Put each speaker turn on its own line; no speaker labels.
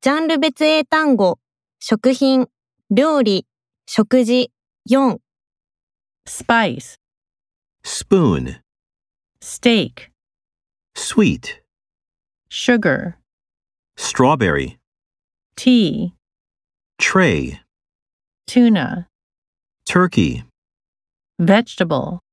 ジャンル別英単語、食品、料理、食事、4、
spice,
spoon,
steak,
sweet,
sugar,
strawberry,
tea,
tray,
tuna,
turkey.
vegetable.